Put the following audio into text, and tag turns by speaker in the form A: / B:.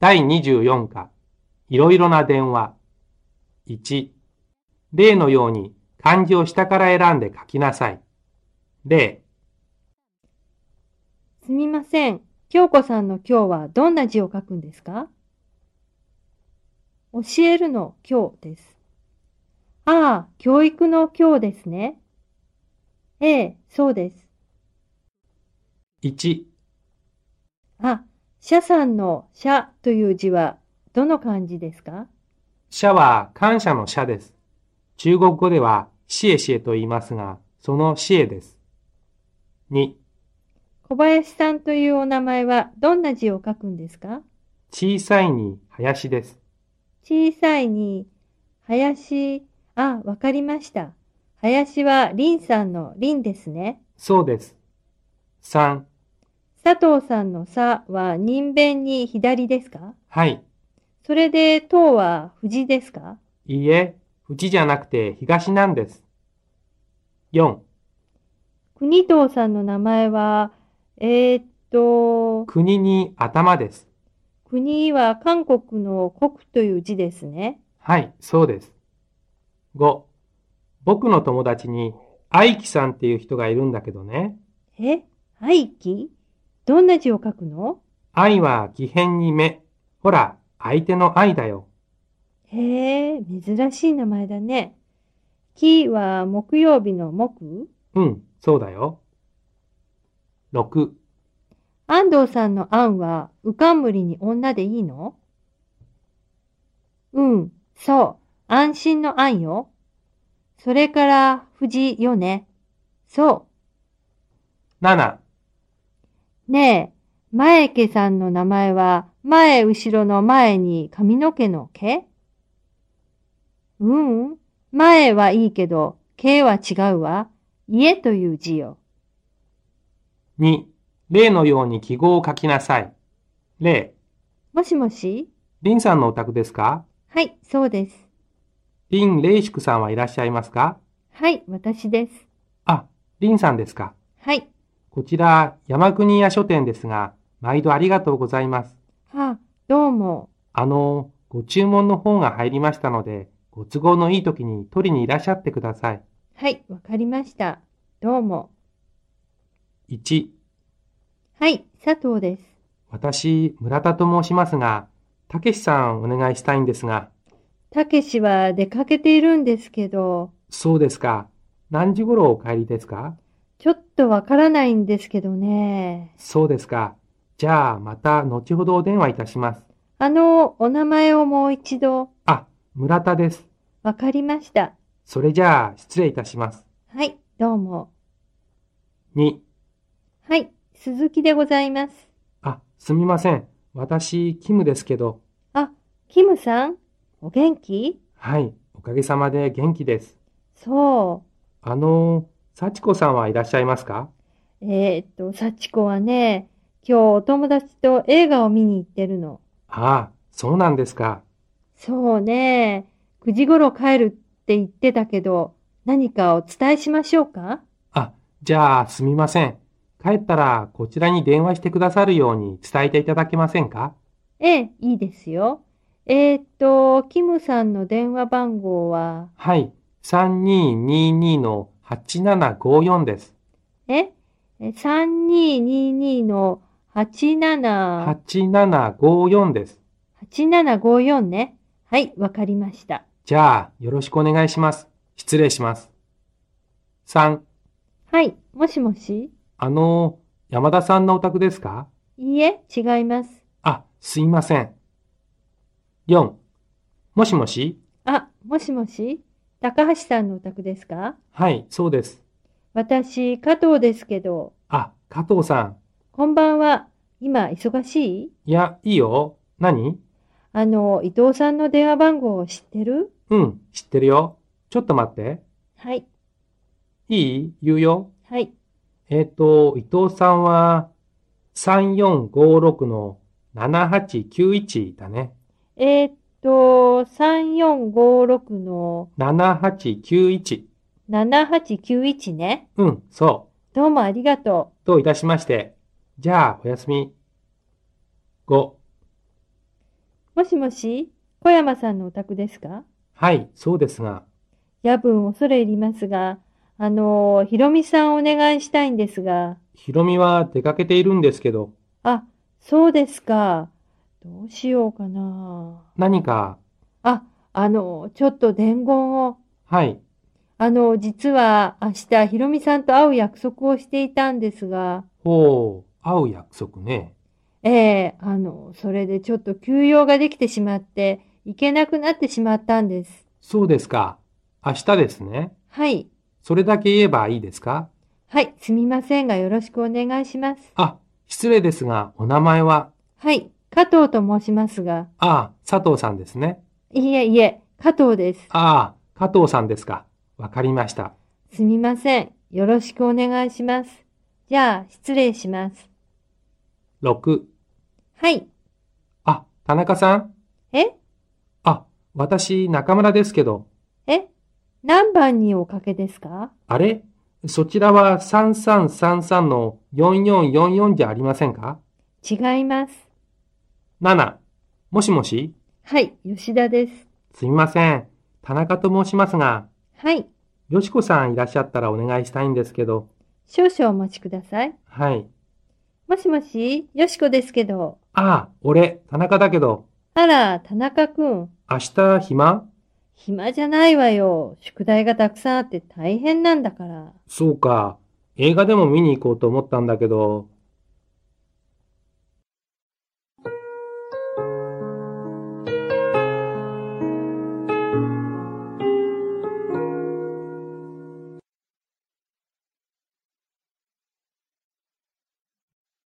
A: 第24課、いろいろな電話。1、例のように漢字を下から選んで書きなさい。0、
B: すみません。京子さんの今日はどんな字を書くんですか教えるの今日です。ああ、教育の今日ですね。ええ、そうです。
A: 1、
B: あ、社さんの社という字はどの漢字ですか
A: 社は感謝の社です。中国語では、シエシエと言いますが、そのシエです。2、
B: 小林さんというお名前はどんな字を書くんですか
A: 小さいに林です。
B: 小さいに、林、あ、わかりました。林は林さんの林ですね。
A: そうです。3、
B: 佐藤さんのさは人弁に左ですか
A: はい、
B: それで、とは藤ですか
A: いいえ、うちじゃなくて東なんです。4、
B: 国藤さんの名前は、えーっと、
A: 国に頭です。
B: 国は韓国の国という字ですね。
A: はい、そうです。5、僕の友達に、愛希さんっていう人がいるんだけどね。
B: え愛機どんな字を書くの
A: 愛は気変に目。ほら、相手の愛だよ。
B: へえ、珍しい名前だね。木は木曜日の木
A: うん、そうだよ。6、
B: 安藤さんの案は、うかんむりに女でいいのうん、そう、安心の案よ。それから、藤よね。そ
A: 7、
B: う、ねえ、前家さんの名前は、前後ろの前に髪の毛の毛うん、前はいいけど、毛は違うわ。家という字よ。
A: 2、例のように記号を書きなさい。0、
B: もしもし
A: 林さんのお宅ですか
B: はい、そうです。
A: 林礼祝さんはいらっしゃいますか
B: はい、私です。
A: あ、林さんですか。
B: はい。
A: こちら、山国屋書店ですが、毎度ありがとうございます。
B: あ、どうも。
A: あの、ご注文の方が入りましたので、ご都合のいい時に取りにいらっしゃってください。
B: はい、わかりました。どうも。
A: 1、
B: はい、佐藤です。
A: 私、村田と申しますが、たけしさんお願いしたいんですが、
B: たけしは出かけているんですけど、
A: そうですか。何時頃お帰りですか
B: ちょっとわからないんですけどね。
A: そうですか。じゃあ、また後ほどお電話いたします。
B: あの、お名前をもう一度。
A: あ、村田です。
B: わかりました。
A: それじゃあ、失礼いたします。
B: はい、どうも。
A: 2、
B: はい、鈴木でございます。
A: あ、すみません。私、キムですけど、
B: あ、キムさんお元気
A: はい、おかげさまで元気です。
B: そ
A: あの、幸子さんはいらっしゃいますか
B: う。えーっと、幸子はね、今日お友達と映画を見に行ってるの。
A: ああ、そうなんですか。
B: そうね。9時頃帰るって言ってたけど、何かお伝えしましょうか
A: あ、じゃあ、すみません。帰ったら、こちらに電話してくださるように伝えていただけませんか
B: ええ、いいですよ。えーっと、キムさんの電話番号は、
A: はい、3222の8754です。
B: ええ ?3222 の87、
A: 8754です。
B: 8754ね。はい、わかりました。
A: じゃあ、よろしくお願いします。失礼します。3、
B: はい、もしもし
A: あの、山田さんのお宅ですか
B: いいえ、違います。
A: あ、すいません。4、もしもし
B: あ、もしもし高橋さんのお宅ですか
A: はい、そうです。
B: 私、加藤ですけど、
A: あ、加藤さん。
B: こんばんは。今、忙しい
A: いや、いいよ。何
B: あの、伊藤さんの電話番号を知ってる
A: うん、知ってるよ。ちょっと待って。
B: はい、
A: いい言うよ。
B: はい。
A: えっ、と、伊藤さんは、3456の7891だね。
B: えーっと、3456の
A: 7891。
B: 7891ね。
A: うん、そ
B: どうもありがと
A: う。といたしまして。じゃあ、おやすみ。5、
B: う。もしもし、小山さんのお宅ですか
A: はい、そうですが、
B: 夜分恐れ入りますが、あの、ひろみさんお願いしたいんですが、
A: ひろみは出かけているんですけど、
B: あ、そうですか。どうしようかな。
A: 何か、
B: あ、あの、ちょっと伝言を。
A: はい、
B: あの、実は明日ひろみさんと会う約束をしていたんですが、
A: ほう、会う約束ね。
B: ええ、あの、それでちょっと休養ができてしまって、行けなくなってしまったんです。
A: そうですか。明日ですね。
B: はい。
A: それだけ言えばいいですか
B: はい、すみませんがよろしくお願いします。
A: あ、失礼ですが、お名前は、
B: はい、加藤と申しますが、
A: ああ、佐藤さんですね。
B: いえいえ、加藤です。
A: ああ、加藤さんですか。わかりました。
B: すみません。よろしくお願いします。じゃあ、失礼します。
A: 6。
B: はい。
A: あ、田中さん
B: え
A: あ、私、中村ですけど、
B: え何番におかけですか
A: あれそちらは3333の4444じゃありませんか
B: 違います。
A: ?7。もしもし
B: はい、吉田です。
A: すみません。田中と申しますが、
B: はい、
A: よしこさんいらっしゃったらお願いしたいんですけど、
B: 少々お待ちください。
A: はい。
B: もしもし、よしこですけど。
A: ああ、俺、田中だけど、
B: あら、田中くん、
A: 明日暇
B: 暇じゃないわよ。宿題がたくさんあって大変なんだから。
A: そうか。映画でも見に行こうと思ったんだけど、